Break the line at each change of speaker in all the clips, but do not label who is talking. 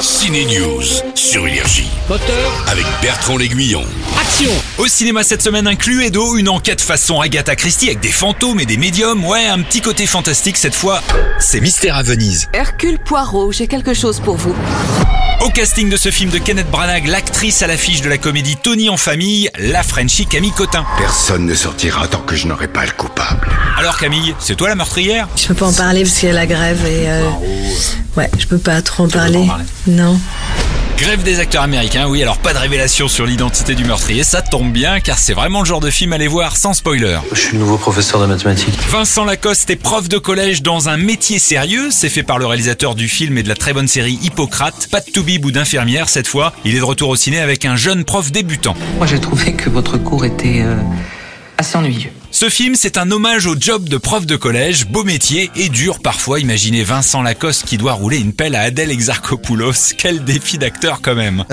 Ciné News sur Énergie
Moteur,
avec Bertrand L'Aiguillon.
action
Au cinéma cette semaine, un Cluedo, une enquête façon Agatha Christie avec des fantômes et des médiums. Ouais, un petit côté fantastique cette fois. C'est Mystère à Venise.
Hercule Poirot, j'ai quelque chose pour vous.
Au casting de ce film de Kenneth Branagh, l'actrice à l'affiche de la comédie Tony en famille, la Frenchie Camille Cotin.
Personne ne sortira tant que je n'aurai pas le coupable.
Alors Camille, c'est toi la meurtrière
Je peux pas en parler parce qu'il y a la grève et euh, ouais, je peux pas trop en parler.
en parler.
Non.
Grève des acteurs américains, oui, alors pas de révélation sur l'identité du meurtrier, ça tombe bien car c'est vraiment le genre de film à aller voir sans spoiler.
Je suis nouveau professeur de mathématiques.
Vincent Lacoste est prof de collège dans un métier sérieux. C'est fait par le réalisateur du film et de la très bonne série Hippocrate. Pas de toubib ou d'infirmière cette fois. Il est de retour au ciné avec un jeune prof débutant.
Moi, j'ai trouvé que votre cours était euh, assez ennuyeux.
Ce film, c'est un hommage au job de prof de collège, beau métier et dur parfois. Imaginez Vincent Lacoste qui doit rouler une pelle à Adèle Exarchopoulos. Quel défi d'acteur quand même.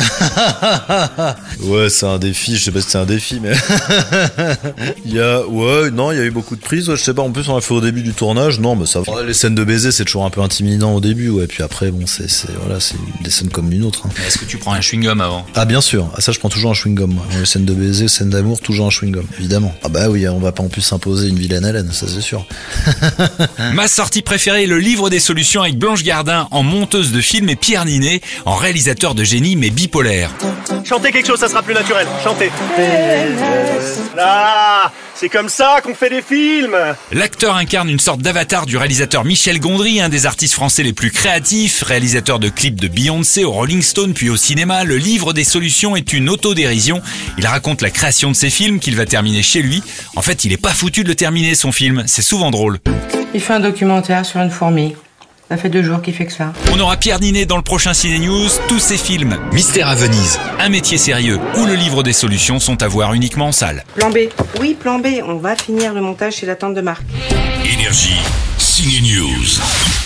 Ouais, c'est un défi, je sais pas si c'est un défi, mais. il y a. Ouais, non, il y a eu beaucoup de prises, ouais, je sais pas, en plus on l'a fait au début du tournage, non, mais ça va. Les scènes de baiser, c'est toujours un peu intimidant au début, ouais, puis après, bon, c'est. c'est- Voilà, c'est des scènes comme une autre. hein.
Est-ce que tu prends un chewing-gum avant
Ah, bien sûr, ah, ça je prends toujours un chewing-gum, moi. Dans Les scènes de baiser, scènes d'amour, toujours un chewing-gum, évidemment. Ah bah oui, on va pas en plus imposer une vilaine haleine, ça c'est sûr.
Hein Ma sortie préférée est le livre des solutions avec Blanche Gardin en monteuse de film et Pierre Ninet en réalisateur de génie mais bipolaire.
Chantez quelque chose, ça sera plus naturel. Chantez. Là, c'est comme ça qu'on fait des films.
L'acteur incarne une sorte d'avatar du réalisateur Michel Gondry, un des artistes français les plus créatifs, réalisateur de clips de Beyoncé au Rolling Stone puis au cinéma. Le livre des solutions est une autodérision. Il raconte la création de ses films qu'il va terminer chez lui. En fait, il est pas foutu de le terminer son film, c'est souvent drôle.
Il fait un documentaire sur une fourmi. Ça fait deux jours qu'il fait que ça.
On aura Pierre Ninet dans le prochain Ciné News. Tous ses films, Mystère à Venise, Un métier sérieux ou Le livre des solutions sont à voir uniquement en salle.
Plan B. Oui, plan B. On va finir le montage chez la tante de Marc.
Énergie, Ciné News.